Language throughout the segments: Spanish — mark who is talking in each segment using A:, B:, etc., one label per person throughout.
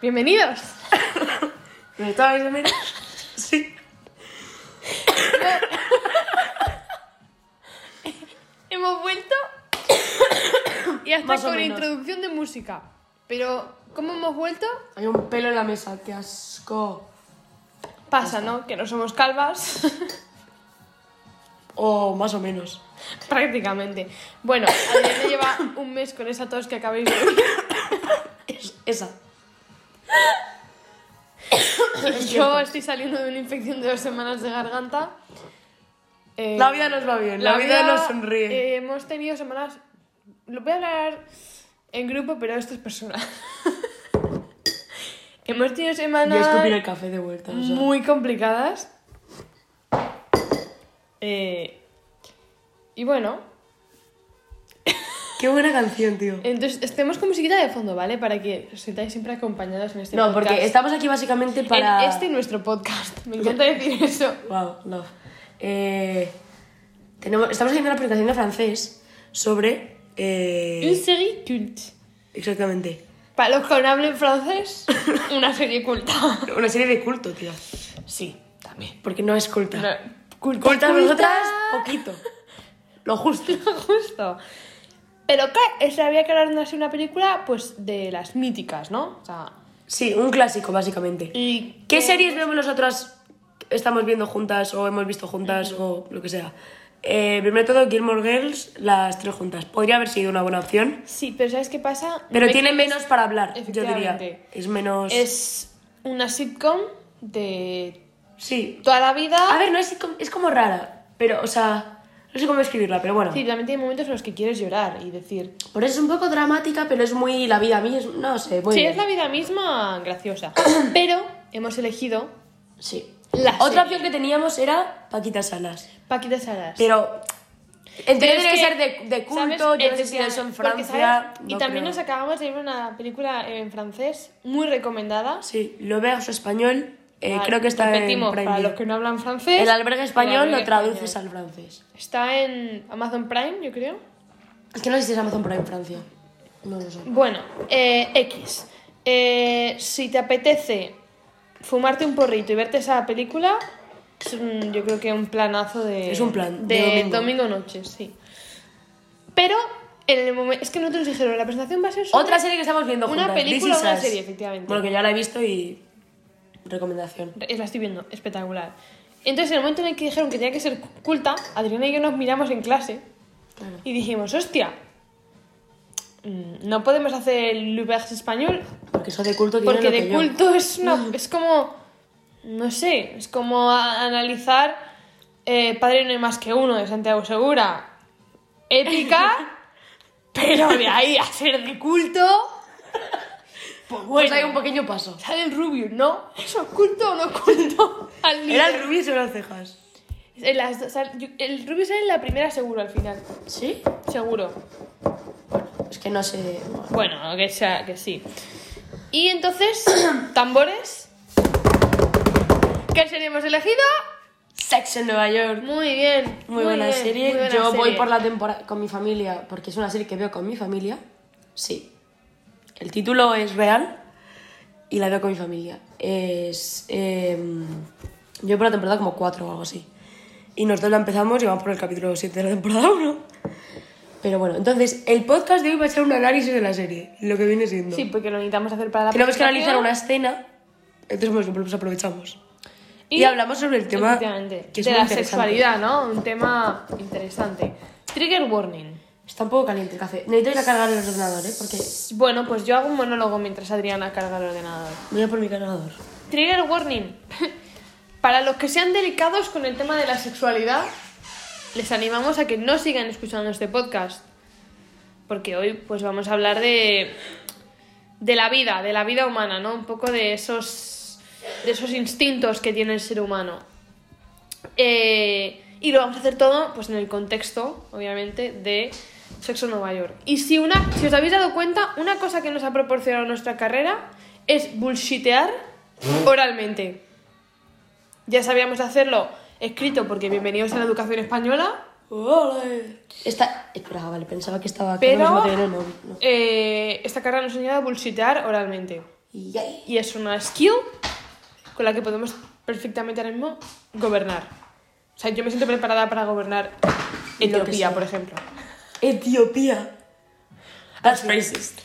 A: Bienvenidos.
B: ¿Me estabais de menos? Sí.
A: Hemos vuelto y hasta
B: Más o
A: con
B: menos.
A: introducción de música. Pero, ¿cómo hemos vuelto?
B: Hay un pelo en la mesa, qué asco.
A: Pasa, ¿no? Que no somos calvas,
B: O más o menos.
A: prácticamente. Bueno, Adriana lleva un mes con esa tos que acabáis de oír.
B: Es- esa.
A: Y Yo estoy saliendo de una infección de dos semanas de garganta. Eh,
B: La vida nos va bien, la, vida, nos sonríe.
A: eh, hemos tenido semanas. Lo voy a hablar en grupo, pero esto es personal. hemos tenido
B: Voy a escupir el
A: semanas
B: café de vuelta. o sea.
A: muy complicadas. Eh, y bueno,
B: Qué buena canción, tío.
A: entonces estemos con musiquita de fondo, ¿vale? Para que os sintáis siempre acompañados en este
B: No,
A: podcast.
B: porque estamos aquí básicamente para...
A: En este y nuestro podcast. Me encanta decir eso.
B: Wow, love. Eh, tenemos, estamos haciendo una presentación de francés sobre...
A: Une
B: eh,
A: série culte.
B: exactamente.
A: Para los que no hablen francés, una serie culta.
B: Una serie de culto, tío.
A: Sí, también.
B: Porque no es culta.
A: Culta,
B: Cultas
A: culta.
B: nosotras, poquito. Lo justo.
A: Justo. Pero que se había que hablar de una- una película, pues de las míticas, ¿no? O sea,
B: Sí, un clásico, básicamente.
A: y
B: ¿Qué series vemos nosotras? Estamos viendo juntas o hemos visto juntas o lo que sea. Eh, primero de todo, Gilmore Girls, las tres juntas. Podría haber sido una buena opción,
A: Sí, pero ¿sabes qué pasa?
B: pero
A: Me-
B: tiene menos para hablar, yo diría.
A: Efectivamente.
B: Es menos.
A: Es una sitcom de
B: Sí.
A: toda la vida.
B: A ver, no es, sitcom- es como rara, pero, o sea, no sé cómo escribirla, pero bueno.
A: Sí, también tiene momentos en los que quieres llorar y decir...
B: Por eso es un poco dramática, pero es muy la vida a mí, es- no sé. Muy
A: sí,
B: bien.
A: es la vida misma graciosa. pero hemos elegido
B: Sí.
A: La serie.
B: Otra opción que teníamos era Paquita Salas.
A: Paquita Salas.
B: Pero. Entiendo
A: Pero
B: que
A: es
B: ser de, de
A: ¿sabes?
B: culto, yo no sé si
A: Efectivamente,
B: eso en
A: porque,
B: Francia.
A: ¿sabes?
B: no
A: y también
B: creo.
A: nos acabamos de ir a una película en francés muy recomendada.
B: Sí, lo veo su español, eh,
A: Vale,
B: creo que está
A: repetimos,
B: en Prime
A: para
B: Video.
A: los que no hablan francés.
B: El albergue español
A: el albergue
B: lo traduces
A: español.
B: al francés.
A: Está en Amazon Prime, yo creo.
B: Es que no sé si es Amazon Prime Francia. No lo sé.
A: Bueno, eh, X. Eh, si te apetece fumarte un porrito y verte esa película, es un- yo creo que un planazo de.
B: Es un plan,
A: De,
B: de
A: domingo.
B: domingo.
A: noche, sí. Pero, en el momento. Es que nosotros dijeron, la presentación va a ser. sobre-
B: Otra serie que estamos viendo
A: Una
B: juntas.
A: película
B: This
A: o una
B: Is Us.
A: serie, efectivamente.
B: Bueno, que ya la he visto y. Recomendación.
A: Eh, La estoy viendo, espectacular. Entonces, en el momento en el que dijeron que tenía que ser culta, Adriana y yo nos miramos en clase y dijimos, hostia, mm, no podemos hacer el Lubers español
B: Porque eso de culto tiene
A: porque
B: lo que
A: de
B: yo.
A: culto es, una, es como, no sé, es como a- analizar eh, Padre no hay más que uno de Santiago Segura. Épica, pero de ahí a ser de culto,
B: Pues
A: bueno.
B: hay un pequeño paso.
A: sale el Rubio, ¿no? ¿Eso es culto o no es culto? Al nivel.
B: Era el rubí sobre las cejas.
A: En las dos- sal- yo- el rubio sale en la primera seguro al final.
B: ¿Sí?
A: Seguro.
B: Es que no sé.
A: Bueno, que sea que sí. Y entonces, tambores. ¿Qué serie hemos elegido?
B: Sex en Nueva York.
A: Muy bien.
B: Muy, buena
A: bien,
B: serie.
A: muy buena
B: Yo voy
A: serie.
B: por la temporada con mi familia, porque es una serie que veo con mi familia. Sí. El título es real y la veo con mi familia. Es. em, yo voy por la temporada como 4 o algo así. Y nosotros la empezamos y vamos por el capítulo 7 de la temporada 1. Pero bueno, entonces el podcast de hoy va a ser un análisis de la serie, lo que viene siendo.
A: Sí, porque lo necesitamos hacer para la
B: Tenemos que
A: presentación.
B: analizar una escena, entonces bueno, pues aprovechamos. Y,
A: Y-
B: hablamos sobre el tema
A: Efectivamente,
B: que es
A: de
B: muy
A: la
B: interesante.
A: sexualidad, ¿no? Un tema interesante. Trigger warning.
B: Está un poco caliente el café. Necesito ir a cargar el ordenador, ¿eh? Porque
A: Bueno, pues yo hago un monólogo mientras Adriana carga el ordenador.
B: voy a por mi cargador.
A: Trigger warning. Para los que sean delicados con el tema de la sexualidad, les animamos a que no sigan escuchando este podcast. Porque hoy pues vamos a hablar de de la vida, de la vida humana, ¿no? Un poco de esos de esos instintos que tiene el ser humano. Eh, y lo vamos a hacer todo pues en el contexto, obviamente, de Sexo en Nueva York. Y si una si os habéis dado cuenta, una cosa que nos ha proporcionado nuestra carrera es bullshitear oralmente. Ya sabíamos hacerlo escrito porque bienvenidos a la educación española,
B: Esta... Espera, vale, pensaba que estaba... que
A: pero
B: no se me tenía en el móvil, no.
A: eh, esta carrera nos enseña a bullshitear oralmente.
B: Y ahí.
A: Y es una skill con la que podemos perfectamente ahora mismo gobernar. O sea, yo me siento preparada para gobernar
B: que
A: Etiopía,
B: sea.
A: por ejemplo.
B: Etiopía. That's racist.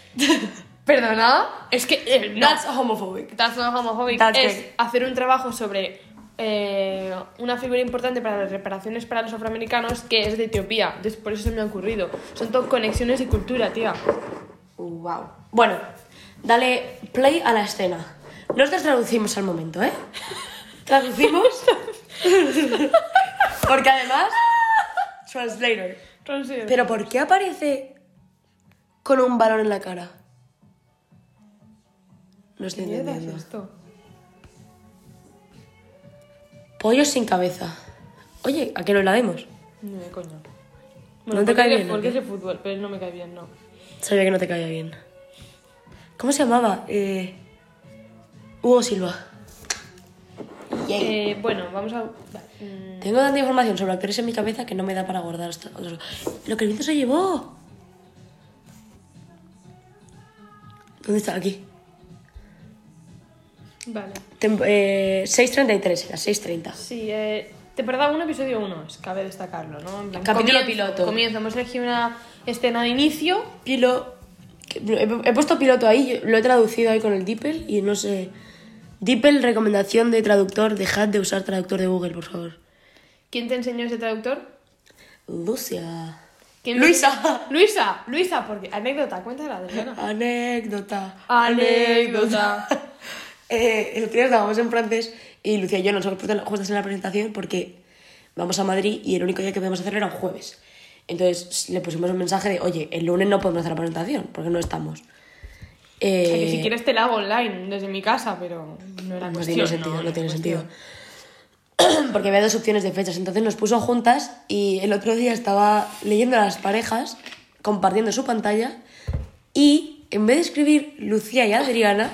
A: ¿Perdona? Es que... eh, no.
B: That's homophobic.
A: That's not homophobic.
B: That's
A: es
B: gay.
A: hacer un trabajo sobre eh, una figura importante para las reparaciones para los afroamericanos que es de Etiopía. Entonces, por eso se me ha ocurrido. Son todo conexiones de cultura, tía.
B: Wow. Bueno, dale play a la escena. Nosotros traducimos al momento, ¿eh? Traducimos. Porque además. Translator.
A: Entonces,
B: Pero ¿por qué aparece con un balón en la cara? No estoy
A: ¿qué mierda es
B: entendiendo.
A: esto?
B: Pollo sin cabeza. Oye, ¿a qué nos la vemos?
A: No, de coño.
B: ¿No te
A: porque
B: cae
A: es de-
B: bien, o
A: Porque
B: qué?
A: es de fútbol, pero no me cae bien, no.
B: Sabía que no te caía bien. ¿Cómo se llamaba? Eh, Hugo Silva.
A: Eh, bueno, vamos a... Mm,
B: Tengo tanta información sobre actores en mi cabeza que no me da para guardar hasta otros. ¡Lo que el viento se llevó! ¿Dónde está? Aquí.
A: Vale.
B: Tem- eh, 6.33 era, 6.30.
A: Sí, eh, te perdaba un episodio 1, cabe destacarlo, ¿no? En plan,
B: Capítulo
A: comienzo-
B: piloto.
A: Comienzo, hemos elegido una escena de inicio.
B: Pilo... que- He, he puesto piloto ahí, yo lo he traducido ahí con el DeepL y no sé... DeepL, recomendación de traductor, dejad de usar traductor de Google, por favor.
A: ¿Quién te enseñó ese traductor?
B: Lucia.
A: ¿Quién-
B: Luisa.
A: Luisa, Luisa, porque anécdota, cuéntala de Elena.
B: Anécdota.
A: Anécdota.
B: Eh, el otro día estábamos en francés y Lucía y yo nos hemos puesto juntas en la presentación porque vamos a Madrid y el único día que podíamos hacerlo era un jueves. Entonces le pusimos un mensaje de, oye, el lunes no podemos hacer la presentación porque no estamos. Eh,
A: O sea, que si quieres te la hago online desde mi casa, pero no era
B: no
A: cuestión.
B: tiene sentido, no,
A: era
B: tiene
A: cuestión.
B: sentido. Porque había dos opciones de fechas, entonces nos puso juntas y el otro día estaba leyendo a las parejas, compartiendo su pantalla y en vez de escribir Lucía y Adriana,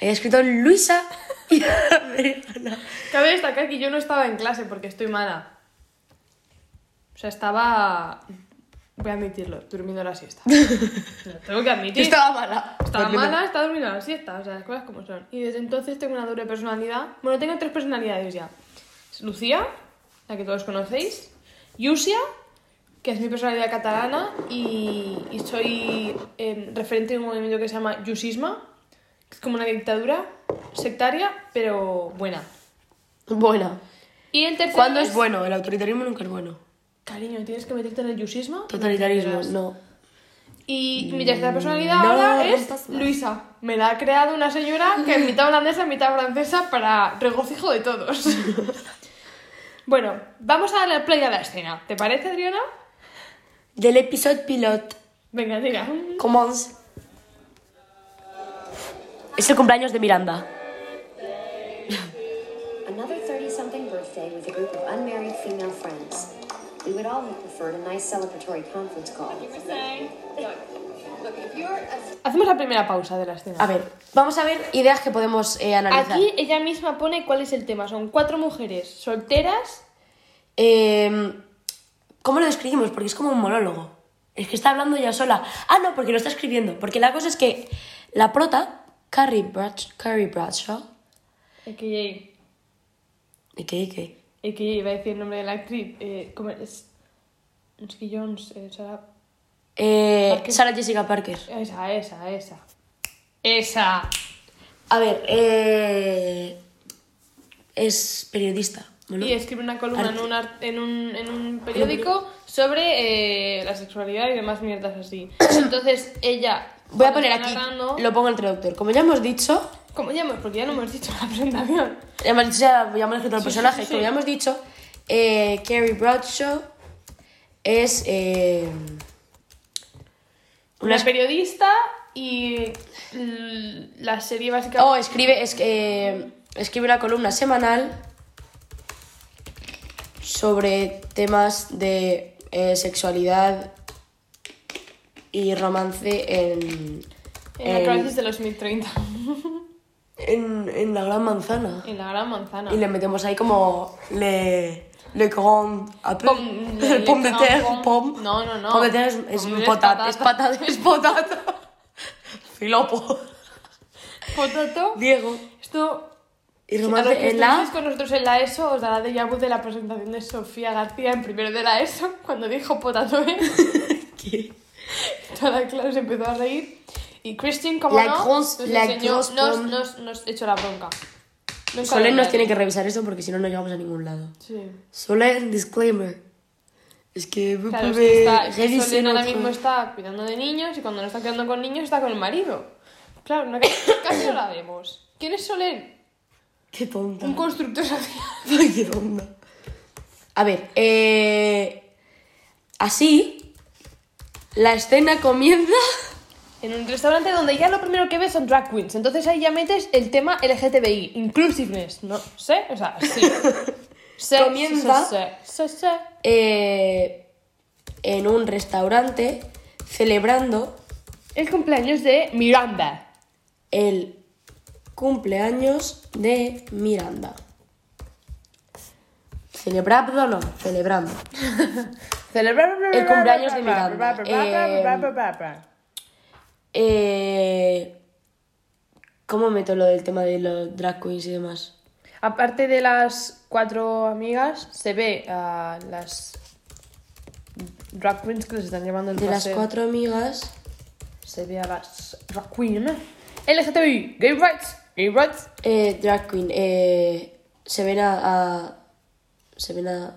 B: había escrito Luisa y Adriana.
A: Cabe destacar que yo no estaba en clase porque estoy mala. O sea, estaba. Voy a admitirlo, durmiendo la siesta. Lo tengo que admitir.
B: Yo estaba mala.
A: Estaba
B: Porque me-
A: mala, estaba durmiendo la siesta, o sea, las cosas como son. Y desde entonces tengo una doble personalidad. Bueno, tengo tres personalidades ya. Es Lucía, la que todos conocéis, Yusia, que es mi personalidad catalana, y, y soy eh, referente de un movimiento que se llama Yusisma, que es como una dictadura sectaria, pero buena.
B: Buena.
A: Y el tercero
B: ¿Cuándo es bueno? El autoritarismo nunca es bueno.
A: Cariño, tienes que meterte en el Yusisma.
B: Totalitarismo, no.
A: Y mi tercera personalidad
B: No,
A: ahora es
B: rompas más.
A: Luisa. Me la ha creado una señora que es mitad holandesa, mitad francesa para regocijo de todos. bueno, vamos a darle play a la escena. ¿Te parece, Adriana?
B: Del episodio pilot.
A: Venga, tira.
B: Commence. Es el cumpleaños de Miranda.
C: Another 30 something birthday with a group of unmarried female friends. We would all have preferred a nice celebratory conference call.
A: Hacemos la primera pausa de la escena.
B: A ver, vamos a ver ideas que podemos eh, analizar.
A: Aquí ella misma pone cuál es el tema. Son cuatro mujeres solteras.
B: Eh, ¿Cómo lo describimos? Porque es como un monólogo. Es que está hablando ya sola. Ah, no, porque lo está escribiendo. Porque la cosa es que la prota, Carrie, Brach- Carrie Bradshaw,
A: AKA,
B: ¿y qué, y qué?
A: AKA, iba a decir el nombre de la actriz. Eh, ¿cómo es? Es que Jones, eh, Sarah-
B: Eh,
A: Parker.
B: Sarah Jessica Parker.
A: Esa, esa, esa. Esa.
B: A ver, eh, es periodista. ¿no?
A: Y escribe una columna en
B: Arte.
A: un, ar- en un, en un periódico sobre eh, la sexualidad y demás mierdas así. Entonces ella...
B: Voy a
A: cuando
B: poner
A: está
B: aquí,
A: narrando-
B: lo pongo en el traductor. Como ya hemos dicho,
A: ¿Cómo llamas? Porque ya no hemos dicho la presentación.
B: Ya hemos dicho, ya, ya hemos escrito el
A: Sí, sí,
B: personaje,
A: sí,
B: como
A: sí.
B: ya hemos dicho, eh, Carrie Bradshaw es eh,
A: Una
B: una
A: periodista y l- la serie básicamente...
B: oh, escribe, es, eh, escribe una columna semanal sobre temas de eh, sexualidad y romance en,
A: en
B: eh,
A: la crisis de los 1030.
B: en- en la gran manzana.
A: En la gran manzana.
B: Y le metemos ahí como le, le grand apple,
A: Pom- le-
B: el pom
A: le
B: de
A: grand
B: terre,
A: pom.
B: pom.
A: No, no, no.
B: Pom de terre es,
A: Pom
B: es
A: es
B: potata,
A: patata.
B: es patata, es potata. Filopo.
A: Potato.
B: Diego.
A: Esto.
B: Y
A: A los
B: romance
A: que
B: en la...
A: estuvisteis con nosotros en la ESO os dará de vu de la presentación de Sofía García en primero de la ESO cuando dijo Potatoe.
B: ¿Qué?
A: Toda la clase empezó a reír. Y Christine, como
B: La
A: no,
B: grosse-
A: nos
B: la
A: enseñó,
B: grosse
A: nos,
B: pomme.
A: nos, nos echó la bronca. Nunca
B: Solen
A: lo
B: nos tiene que
A: olvidaré.
B: revisar esto porque si no, no llegamos a ningún lado.
A: Sí.
B: Solen, disclaimer. Es que vous
A: Claro, es
B: pouvez
A: que está, es que
B: reviser
A: Solen ahora
B: notre-
A: mismo está cuidando de niños y cuando no está cuidando con niños está con el marido. Claro, no, casi casi no la vemos. ¿Quién es Solen?
B: Qué tonta.
A: Un constructor social.
B: Ay, qué tonta. A ver, eh... Así, la escena comienza...
A: En un restaurante donde ya lo primero que ves son drag queens. Entonces ahí ya metes el tema LGTBI, inclusiveness. No sé, o sea, sí. Sé,
B: Comienza.
A: sé, sé, sé, sé.
B: eh, en un restaurante celebrando
A: El cumpleaños de Miranda.
B: el cumpleaños de Miranda. Celebrándolo, celebrando.
A: El
B: cumpleaños de Miranda. Eh, ¿Cómo meto lo del tema de los drag queens y demás?
A: Aparte de las cuatro amigas, se ve a las drag queens que les están llevando el
B: De las
A: paseo.
B: cuatro amigas,
A: Se ve a las drag queens. LGTBI, gay rights, gay rights.
B: eh, drag queen, eh, se ven a, a- Se ven a...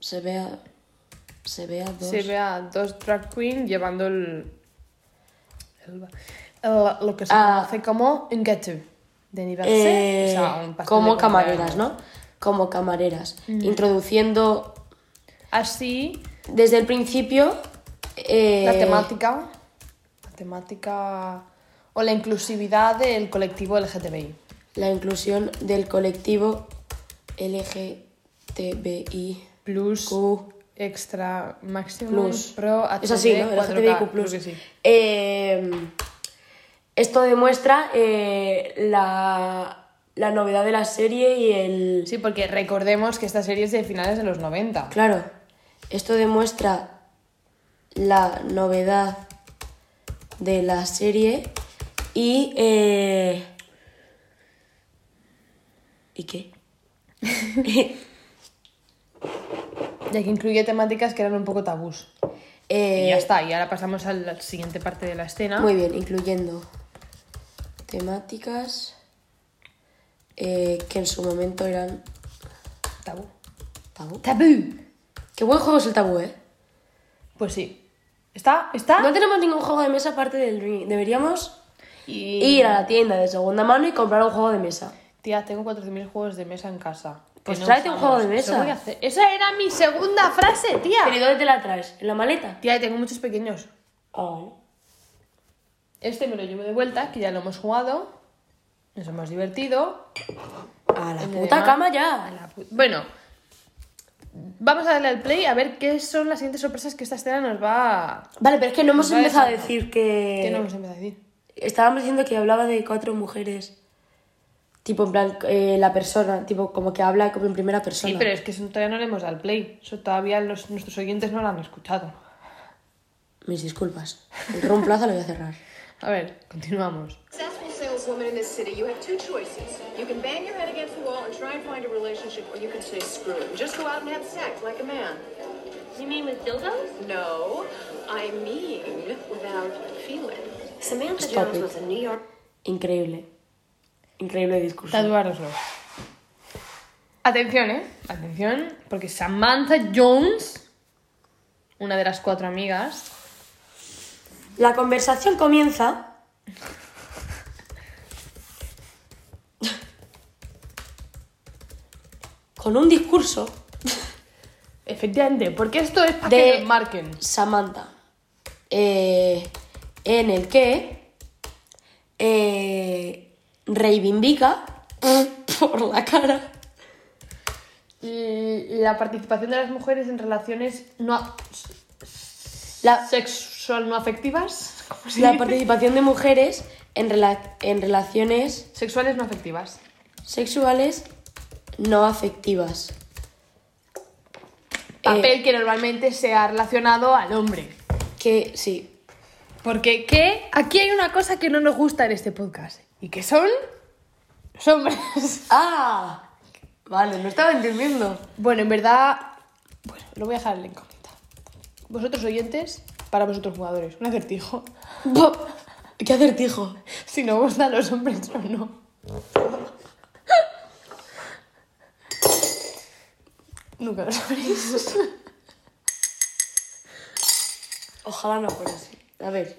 B: Se ve a... Se ve a dos...
A: Se ve a dos drag queens llevando el, el- el- lo que se
B: Ah.
A: conoce como un gâteau de aniversario.
B: Eh,
A: o sea, un pastel
B: como
A: de
B: camareras,
A: cumpleaños. Mm.
B: ¿no? Como camareras. Introduciendo
A: Así
B: desde el principio. eh,
A: La temática. La temática. O la inclusividad del colectivo LGTBI.
B: La inclusión del colectivo LGTBIQ.
A: Plus. Extra. Máximo.
B: Plus.
A: Pro.
B: es así,
A: HD,
B: ¿no?
A: 4K,
B: LGTBIQ.
A: creo que sí.
B: Eh, esto demuestra eh, la, la novedad de la serie y el.
A: Sí, porque recordemos que esta serie es de finales de los 90.
B: Claro, esto demuestra la novedad de la serie y... eh, ¿Y qué?
A: Ya que incluye temáticas que eran un poco tabús.
B: Eh,
A: y ya está, y ahora pasamos a la siguiente parte de la escena.
B: Muy bien, incluyendo temáticas eh, que en su momento eran
A: Tabú.
B: tabú.
A: ¡Tabú!
B: Qué buen juego es el tabú, ¿eh?
A: Pues sí. ¿Está? ¿Está?
B: No tenemos ningún juego de mesa aparte del Ring. Deberíamos
A: Y...
B: ir a la tienda de segunda mano y comprar un juego de mesa.
A: Tía, tengo 400.000 juegos de mesa en casa. que
B: Pues
A: no
B: tráete un
A: usamos.
B: juego de
A: Eso
B: mesa.
A: voy a hacer. Esa era mi segunda frase, tía.
B: ¿Pero ¿y dónde te la traes? ¿En la maleta?
A: Tía, y tengo muchos pequeños. Este me lo llevo de vuelta, que ya lo hemos jugado. Nos hemos divertido.
B: A la
A: El de
B: puta
A: demás-
B: cama
A: A
B: ya.
A: la pu- Bueno, vamos a darle al play a ver qué son las siguientes sorpresas que esta escena nos va a...
B: Vale, pero es que no hemos
A: Vale,
B: empezado a
A: exacto.
B: decir
A: ¿Qué nos
B: que...
A: hemos empezado a decir?
B: Estábamos diciendo que hablaba de cuatro mujeres. Tipo, en plan, eh, la persona, tipo, como que habla como en primera persona.
A: Sí, pero es que eso todavía no le hemos dado al play. Eso todavía los- nuestros oyentes no lo han escuchado.
B: Mis disculpas. El ron plaza lo voy a cerrar.
A: A ver, continuamos.
D: Successful saleswoman in this city, you have two choices. You can bang your head against the wall and try and find a relationship, or you can say screw it and just go out and have sex like a man.
E: You mean with dildos?
D: No, I mean without feeling.
C: Samantha
B: Stop
C: Jones
B: it.
C: was a New York
B: Increíble. Increíble discurso.
A: Tatuároslo. Atención, ¿eh? Atención, porque Samantha Jones, una de las cuatro amigas,
B: La conversación comienza. con un discurso
A: Efectivamente, porque esto es para
B: De-
A: que lo marquen.
B: Samantha. eh, en el que eh, reivindica por la cara.
A: La participación de las mujeres en relaciones no a-
B: La,
A: sexual no afectivas. ¿Cómo se
B: la
A: dice?
B: participación de mujeres en, rela- en relaciones
A: Sexuales no afectivas.
B: sexuales no afectivas.
A: Eh, Papel que normalmente se ha relacionado al hombre.
B: Que sí.
A: Porque ¿qué? aquí hay una cosa que no nos gusta en este podcast. ¿Y que son? Los hombres.
B: ¡Ah! Vale, no estaba entendiendo.
A: Bueno, en verdad... Bueno, lo voy a dejar en la incógnita. Vosotros oyentes, para vosotros jugadores. Un acertijo.
B: ¡Qué acertijo!
A: Si no gustan los hombres o no. Nunca lo sabréis.
B: Ojalá no fuera así. A ver.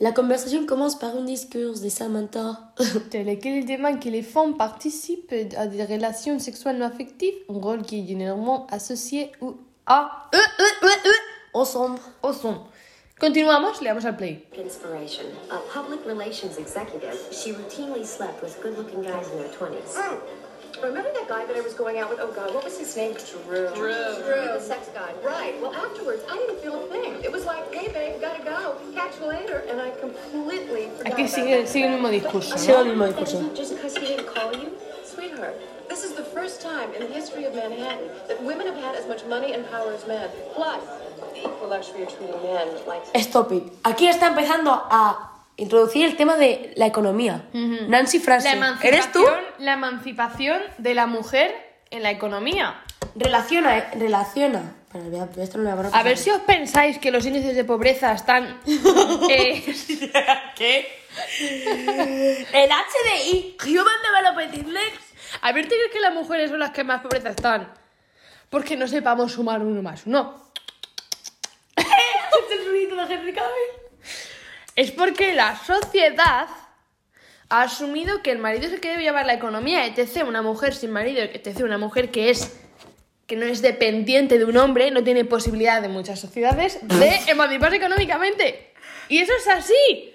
B: La conversation commence par un discours de Samantha.
A: Tel est le débat que les femmes participent à des relations sexuelles non affectives, un rôle qui est généralement associé ou à euh, euh, euh, euh, au son. Au son. Continuamos, le damos al play.
C: Inspiration. A public relations executive, she routinely slept with good looking guys in their 20s.
D: Mm. Remember that guy that I was going out with? Oh God, what was his name? Drew. Drew. Drew. The sex guy. Right. Well, afterwards, I didn't feel a thing. It was like, hey babe, gotta go. Catch you later. And I completely forgot
A: Aquí
D: about
A: sigue,
D: that.
A: sigue el mismo discurso.
B: Sigo el mismo discurso.
C: Just because he didn't call you?
D: Sweetheart, this is the first time in the history of Manhattan that women have had as much money and power as men. Plus, the equal luxury of treating men like
B: Stop it. Aquí está empezando a introducir el tema de la economía. Nancy
A: La
B: Fraser. ¿Eres tú?
A: emancipación, la emancipación de la mujer en la economía.
B: Relaciona, eh, relaciona. Bueno, voy a- voy a estar en una barra
A: A ver
B: pesada.
A: si os pensáis que los índices de pobreza están... eh,
B: ¿Qué? el HDI, Human Development Index.
A: a ver, ¿tú crees que las mujeres son las que más pobreza están? Porque no sepamos sumar uno más uno.
B: Es el ruido de Henry Cavill.
A: Es porque la sociedad ha asumido que el marido es el que debe llevar la economía, etc. Una mujer sin marido, etc. Una mujer que es que no es dependiente de un hombre, no tiene posibilidad de muchas sociedades de emanciparse económicamente. Y eso es así.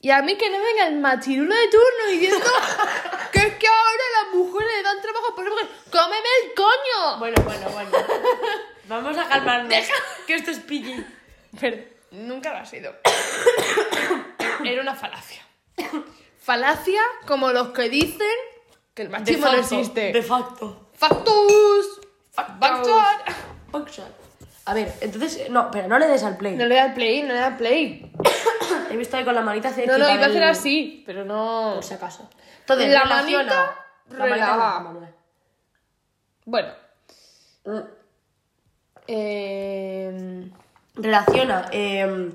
A: Y a mí que no venga el machirulo de turno diciendo que es que ahora las mujeres le dan trabajo por mujeres. ¡Cómeme el coño!
B: Bueno, bueno, bueno. Vamos a calmarnos. Que esto es PG.
A: Pero nunca lo ha sido. Era una falacia. Falacia como los que dicen que el
B: De
A: machismo no
B: facto,
A: existe.
B: De facto.
A: Factus. Factus.
B: Backshot. A ver, entonces. No, pero no le des al play.
A: No le da play, no le da play.
B: He visto ahí con la manita hacer.
A: No, no,
B: clipar
A: iba a hacer
B: el-
A: así, pero no.
B: Por si acaso. Entonces,
A: La
B: relaciona.
A: manita
B: La manita con
A: relaja.
B: la Manuel.
A: Bueno. Eh,
B: Relaciona eh,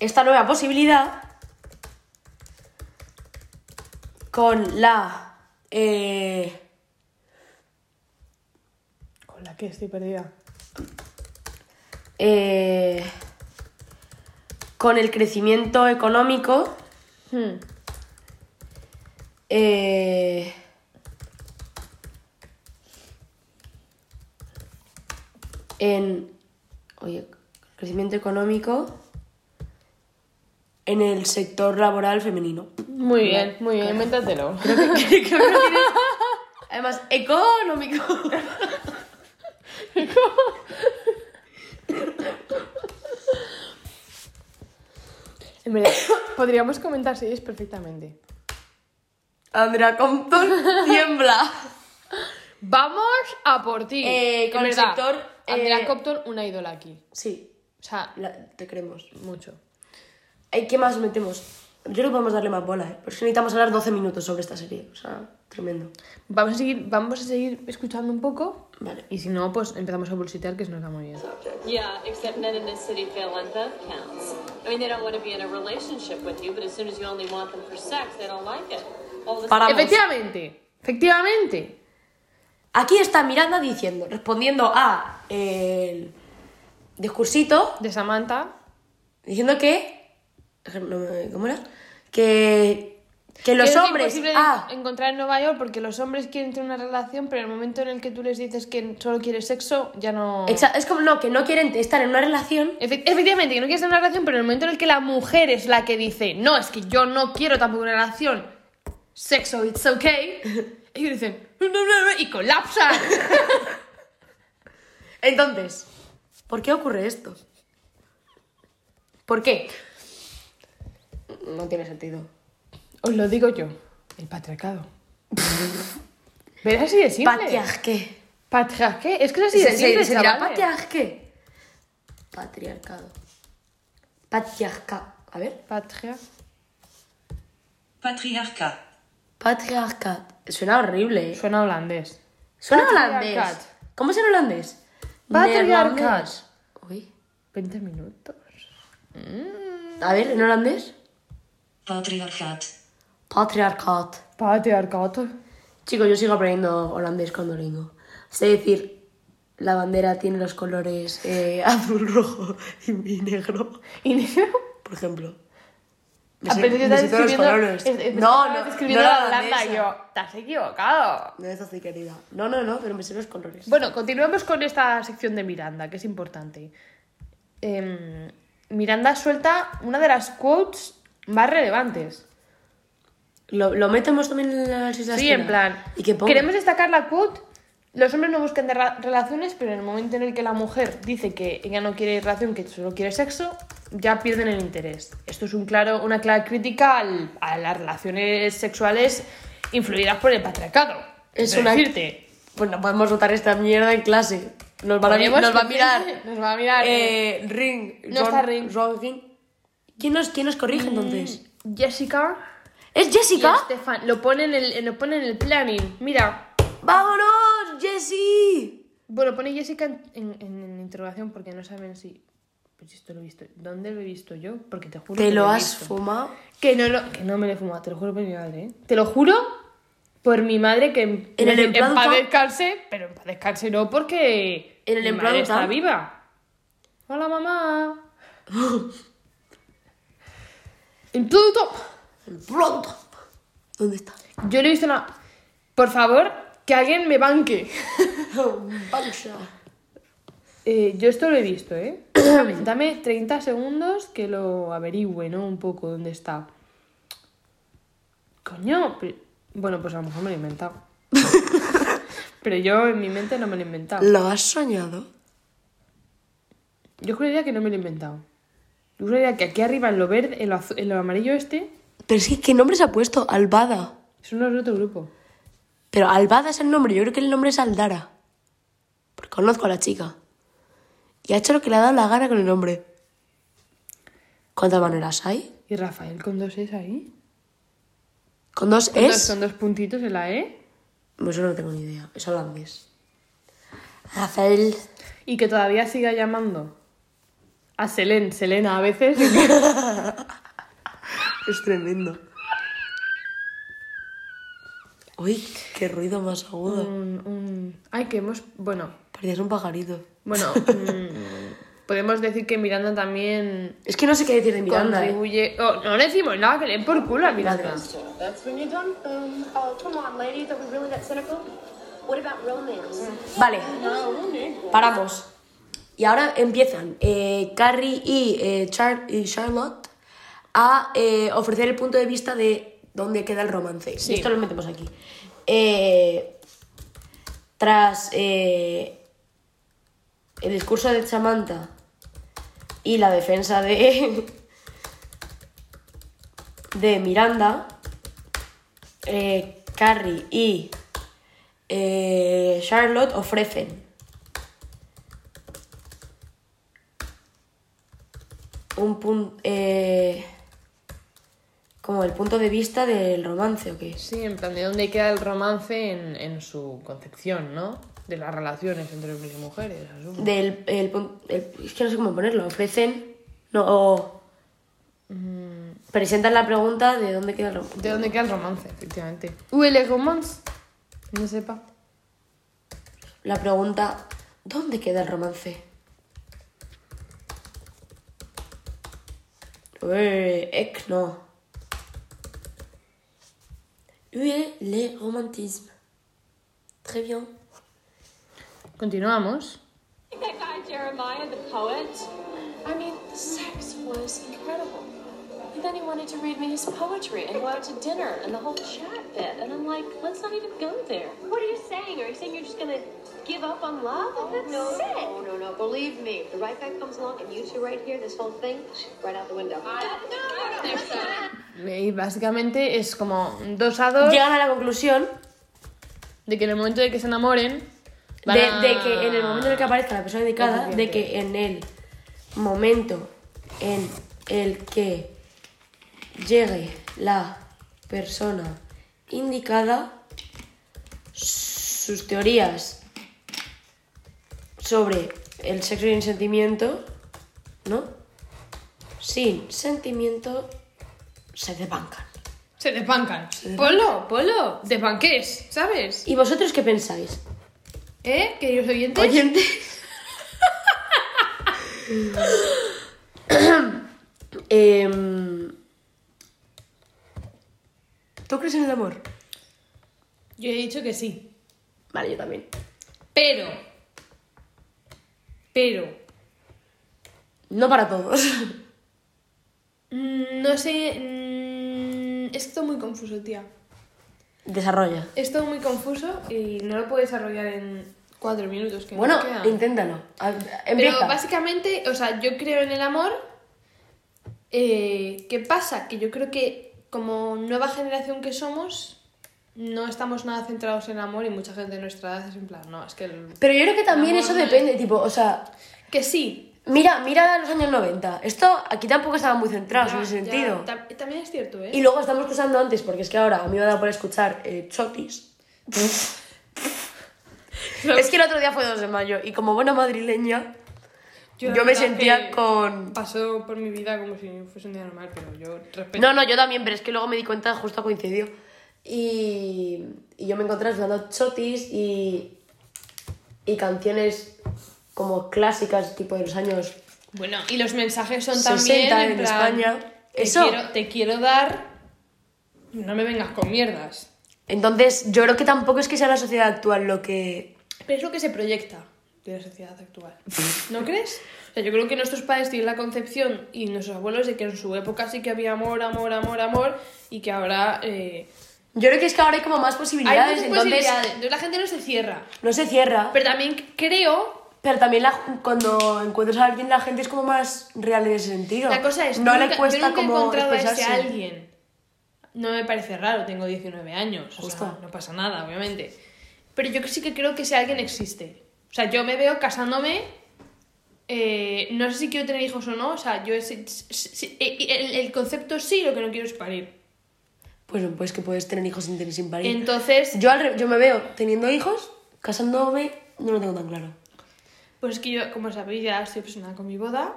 B: esta nueva posibilidad con la. eh,
A: Con la que estoy perdida.
B: eh, con el crecimiento económico.
A: Hmm.
B: Eh, en. Oye, crecimiento económico. En el sector laboral femenino.
A: Muy bien, muy bien, invéntatelo.
B: Además, económico.
A: En verdad, podríamos comentar series perfectamente.
B: Andrea Compton tiembla.
A: Vamos a por ti.
B: Eh,
A: En
B: con el
A: verdad,
B: sector, eh,
A: Andrea Copton, una ídola aquí.
B: Sí,
A: O sea,
B: la- te queremos.
A: mucho.
B: Ay, ¿Qué más metemos? Yo creo que podemos darle más bola, ¿eh? Porque necesitamos hablar 12 minutos sobre esta serie. O sea, tremendo.
A: Vamos a seguir, vamos a seguir escuchando un poco.
B: Vale.
A: Y si no, pues empezamos a bolsitear, que se nos da muy bien.
E: Yeah, except none in this city fail on both counts. I mean, they don't want to be in a relationship with you, but as soon as you only want them for sex, they don't like it. All of a
B: Para-
E: sudden-
B: Vamos.
A: Efectivamente, efectivamente.
B: Aquí está Miranda diciendo, respondiendo a el discursito,
A: De Samantha.
B: diciendo que. no me- ¿Cómo era? Que. Que
A: que
B: los
A: es
B: hombres.
A: imposible de
B: ah,
A: encontrar en Nueva York porque los hombres quieren tener una relación, pero en el momento en el que tú les dices que solo quieres sexo, ya no.
B: exa- es como no, que no quieren estar en una relación.
A: Efe- Efectivamente, que no quieres tener una relación, pero en el momento en el que la mujer es la que dice, no, es que yo no quiero tampoco una relación, sexo, it's okay, ellos dicen, "No, no, no", y colapsan.
B: Entonces, ¿por qué ocurre esto? ¿Por qué? No tiene sentido.
A: Os lo digo yo, el patriarcado. Verás así de simple.
B: Patriarqué.
A: Patriarqué, es que es así
B: ¿Se,
A: de
B: se,
A: simple,
B: se dirá
A: chavales.
B: patriarqué? Patriarcado. Patriarca. A ver.
A: Patria.
F: Patriarcat.
B: Patriarcat. Suena horrible. eh.
A: Suena holandés.
B: Suena
A: Patriarcat.
B: holandés. ¿Cómo es en holandés?
A: Patriarcat.
B: Neerlandés. Uy.
A: 20 minutos.
B: A ver, en holandés.
F: Patriarcat.
B: Patriarcat.
A: Patriarcato.
B: Chicos, yo sigo aprendiendo holandés cuando vengo. Sé decir, la bandera tiene los colores eh, azul, rojo y y negro,
A: Y negro.
B: por ejemplo. Me
A: A
B: sé-
A: pesar de que
B: me
A: estás
B: sé todos los
A: escribiendo.
B: colores.
A: es- es-
B: No, no,
A: estabas escribiendo
B: no
A: la
B: la
A: Holanda.
B: holandesa.
A: Yo, estás equivocado.
B: No es así, querida. No, no, no, pero me sé los colores.
A: Bueno, continuamos con esta sección de Miranda, que es importante. Em, Miranda suelta una de las quotes más relevantes.
B: ¿Lo, lo metemos también en las islas?
A: Sí,
B: Cena?
A: en plan.
B: ¿Y qué pongo?
A: Queremos destacar la quote. Los hombres no buscan de ra- relaciones, pero en el momento en el que la mujer dice que ella no quiere relación, que solo quiere sexo, ya pierden el interés. Esto es un claro, una clara crítica al- a las relaciones sexuales influidas por el patriarcado.
B: Es
A: Quiero
B: una-
A: decirte.
B: Pues no podemos votar esta mierda en clase. Nos, van a,
A: Podemos-
B: nos va a mirar.
A: Nos va a mirar.
B: Eh, Ring.
A: No está Ring.
B: Ron Ring. ¿Quién nos, quién nos corrige entonces?
A: Jessica.
B: ¿Es
A: y
B: Jessica?
A: Estefan. Lo pone en el, lo pone en el planning. Mira.
B: ¡Vámonos, Jessie!
A: Bueno, pone Jessica en, en- en interrogación porque no saben si. Pues esto lo he visto. ¿Dónde lo he visto yo? Porque te juro
B: Te
A: que
B: lo
A: he
B: has
A: visto.
B: fumado.
A: Que no, lo- que no me lo he fumado, te lo juro por mi madre. ¿eh? Te lo juro por mi madre que en,
B: En el emplado
A: paz
B: está-
A: descanse, pero en paz descanse no porque
B: En el
A: mi
B: emplado
A: madre está
B: está-
A: viva. Hola mamá. en todo top.
B: Pronto. ¿Dónde está?
A: Yo le he visto una... Por favor, que alguien me banque.
B: Pausa.
A: Eh, yo esto lo he visto, ¿eh? Dame, dame 30 segundos que lo averigüe, ¿no? Un poco dónde está. Coño, pero- bueno, pues a lo mejor me lo he inventado. pero yo en mi mente no me lo he inventado.
B: ¿Lo has soñado?
A: Yo juraría que no me lo he inventado. Yo juraría que aquí arriba en lo verde, en lo, azu- en lo amarillo este,
B: Pero es que, ¿qué nombre se ha puesto? Albada.
A: es uno de otro grupo.
B: Pero Albada es el nombre. Yo creo que el nombre es Aldara. Porque conozco a la chica. Y ha hecho lo que le ha dado la gana con el nombre. ¿Cuántas maneras hay?
A: ¿Y Rafael con dos es ahí?
B: ¿Con dos
A: Con dos-
B: es?
A: Con dos puntitos en la E.
B: Pues yo no tengo ni idea. Es holandés. Rafael.
A: Y que todavía siga llamando a Selene, Selena a veces.
B: Es tremendo. Uy, qué ruido más agudo.
A: un, un- Ay, que hemos... Bueno,
B: Parecías un pajarito.
A: bueno... mm, podemos decir que Miranda también
B: Es que no sé qué decir de Miranda. eh.
A: contribuye... Oh, no le decimos nada, que le den por culo a Miranda.
D: That's when you're done. Um, oh, come on, ladies. Are we really that cynical? What about romance?
B: Vale, ¿eh? paramos. Y ahora empiezan eh, Carrie y, eh, Char- y Charlotte a eh, ofrecer el punto de vista de dónde queda el romance. Y esto lo metemos aquí. Eh, tras eh, el discurso de Samantha y la defensa de, de Miranda, eh, Carrie y eh, Charlotte ofrecen un punto como el punto de vista del romance o qué es
A: Sí, en plan, ¿de dónde queda el romance en, en su concepción, no? De las relaciones entre hombres y mujeres, asumo.
B: del el pun- el- es que no sé cómo ponerlo ofrecen no o- presentan la pregunta de dónde queda el romance
A: ¿De dónde queda el romance, efectivamente? Uy, el romance. No sepa.
B: la pregunta dónde queda el romance Ué, Eh, ec no Où est le romantisme Très bien.
A: Continuamos.
E: Think that guy Jeremiah, the poet, I mean, sex was incredible. And then he wanted to read me his poetry and go out to dinner and the whole chat bit. And I'm like, let's not even go there.
D: What are you saying? Are you saying you're just gonna
E: Give up on love?
D: Oh,
E: That's
D: no,
E: sick.
D: no, no, no. Believe me, if the right guy comes along and you two right here, this whole thing, right out the window.
A: Y básicamente es como dos a dos
B: Llegan a la conclusión
A: de que en el momento de que se enamoren...
B: de,
A: van a-
B: de que en el momento en el que aparezca la persona dedicada, de que en el momento en el que llegue la persona indicada, sus teorías sobre el sexo sin sentimiento, ¿no? Sin sentimiento se desbancan.
A: Se desbancan. Polo, polo, desbanques, ¿sabes?
B: ¿Y vosotros qué pensáis?
A: ¿Eh? Queridos oyentes.
B: Oyentes. Em, ¿Tú crees en el amor?
G: Yo he dicho que sí.
B: Vale, yo también.
A: Pero. Pero.
B: No para todos.
A: mm, No sé. mm, Es que todo muy confuso, tía.
B: Desarrolla.
A: Es todo muy confuso y no lo puedo desarrollar en cuatro minutos. Que
B: Bueno,
A: nos quedan.
B: inténtalo. A- a-
A: Pero
B: Empieza.
A: básicamente, o sea, yo creo en el amor. Eh, ¿Qué pasa? Que yo creo que como nueva generación que somos, no estamos nada centrados en el amor y mucha gente de nuestra edad es en plan, no, es que... el-
B: Pero yo creo que también
A: Amor,
B: eso
A: ¿no?
B: depende, tipo, o sea,
A: Que sí.
B: mira, mira los años 90. Esto aquí tampoco estaba muy centrados en
A: Ya,
B: ese
A: ya,
B: sentido.
A: ta- también es cierto, ¿eh?
B: Y luego estamos escuchando antes, porque es que ahora a mí me da por escuchar eh, chotis. es que el otro día fue 2 de mayo y como buena madrileña, yo,
A: la
B: me
A: verdad
B: sentía
A: que
B: con...
A: Pasó por mi vida como si fuese un día normal, pero yo respeto...
B: No, no, yo también, pero es que luego me di cuenta, justo coincidió. Y, y yo me encontré escuchando chotis y, y canciones como clásicas, tipo de los años
A: Bueno, y los mensajes son
B: 60
A: también
B: en
A: plan,
B: España.
A: Te
B: Eso.
A: Quiero, te quiero dar... No me vengas con mierdas.
B: Entonces, yo creo que tampoco es que sea la sociedad actual lo que.
A: Pero es lo que se proyecta de la sociedad actual. ¿No crees? O sea, yo creo que nuestros padres tienen la concepción y nuestros abuelos de que en su época sí que había amor, amor, amor, amor y que ahora... eh,
B: Yo creo que es que ahora hay como más posibilidades,
A: hay muchas
B: entonces
A: posibilidades. Entonces la gente no se cierra.
B: no se cierra. Pero,
A: Pero también creo
B: también la- cuando encuentras a alguien, la gente es como más real en ese sentido.
A: La cosa es,
B: no
A: nunca,
B: le cuesta
A: yo nunca he
B: como
A: encontrado a ese
B: expresarse.
A: alguien. No me parece raro, tengo 19 años. o sea,
B: Justo.
A: no pasa nada, obviamente. Pero yo sí que creo que ese alguien existe. O sea, yo me veo casándome. eh, no sé si quiero tener hijos o no. O sea, yo. es- es- es- e, el, el concepto sí, lo que no quiero es parir.
B: Pues, pues que puedes tener hijos sin tener sin parir.
A: Entonces,
B: yo, al re- yo me veo teniendo hijos, casándome, no lo tengo tan claro.
A: pues es que yo, como sabéis, ya estoy obsesionada con mi boda.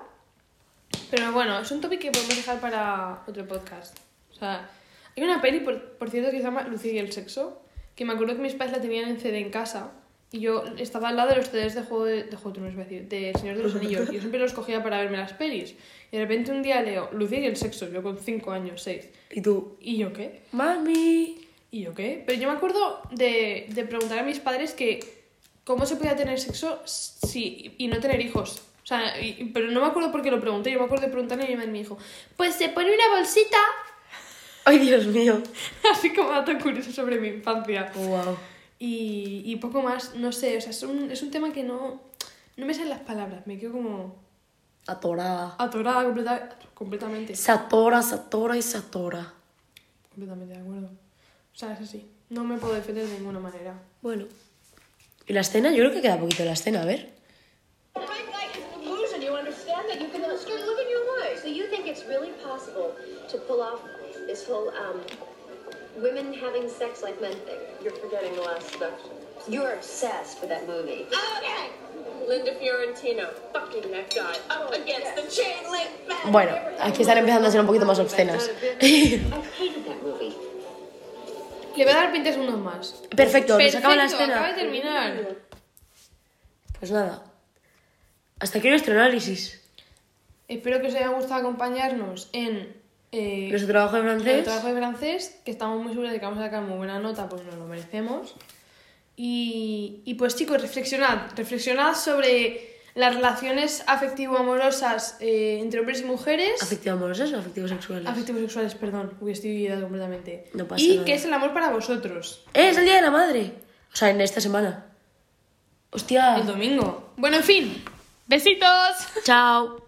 A: Pero bueno, es un topic que podemos dejar para otro podcast. O sea, hay una peli, por, por cierto, que se llama Lucía y el sexo, que me acuerdo que mis padres la tenían en CD en casa. Y yo estaba al lado de los CDs de Juego de, de Juego de Tronos, iba a decir, de El Señor de los Anillos. Yo siempre los cogía para verme las pelis. Y de repente un día leo Lucía y el sexo, yo con 5 años, 6.
B: Y tú,
A: ¿Y yo qué?
B: mami.
A: ¿Y yo qué? Pero yo me acuerdo de, de preguntar a mis padres que cómo se podía tener sexo si, y no tener hijos. O sea, y- pero no me acuerdo por qué lo pregunté. Yo me acuerdo de preguntarle a mi madre y me dijo, pues se pone una bolsita.
B: Ay, Dios mío.
A: Así como dato curioso sobre mi infancia.
B: Wow.
A: Y, y poco más, no sé, o sea, es un, es un tema que no... No me salen las palabras, me quedo como
B: Atorada.
A: atorada completa- completamente.
B: Se atora, se atora y se atora.
A: Completamente de acuerdo. O sea, es así. No me puedo defender de ninguna manera.
B: Bueno. ¿Y la escena? Yo creo que queda poquito de la escena, a ver.
D: White light is delusion. You understand that you cannot start living your life.
C: So you think it's really possible to pull off this whole um, women having sex like men thing?
D: You're forgetting the last section.
C: You're obsessed with that movie.
D: Okay. Linda Fiorentino, fucking that guy, up against the chain link fence.
B: Bueno, aquí están empezando a ser un poquito más obscenas.
C: I hated that movie.
A: Le voy a dar 20 segundos más.
B: Perfecto, nos acaba la
A: Perfecto, Acaba de
B: escena.
A: terminar.
B: Pues nada. Hasta aquí nuestro análisis.
A: Espero que os haya gustado acompañarnos en eh,
B: Nuestro trabajo de
A: nuestro
B: francés.
A: trabajo de francés, que estamos muy seguros de que vamos a sacar muy buena nota, pues nos lo merecemos. Y, y pues chicos, reflexionad, reflexionad sobre las relaciones afectivo-amorosas eh, entre hombres y mujeres.
B: Afectivo amorosos o afectivo sexuales.
A: Afectivos sexuales, perdón, uy, estoy liada completamente.
B: No pasa
A: y
B: nada.
A: qué es el amor para vosotros,
B: ¡Eh! Es el día de la madre. O sea, en esta semana. Hostia.
A: el domingo. Bueno, en fin, besitos.
B: Chao.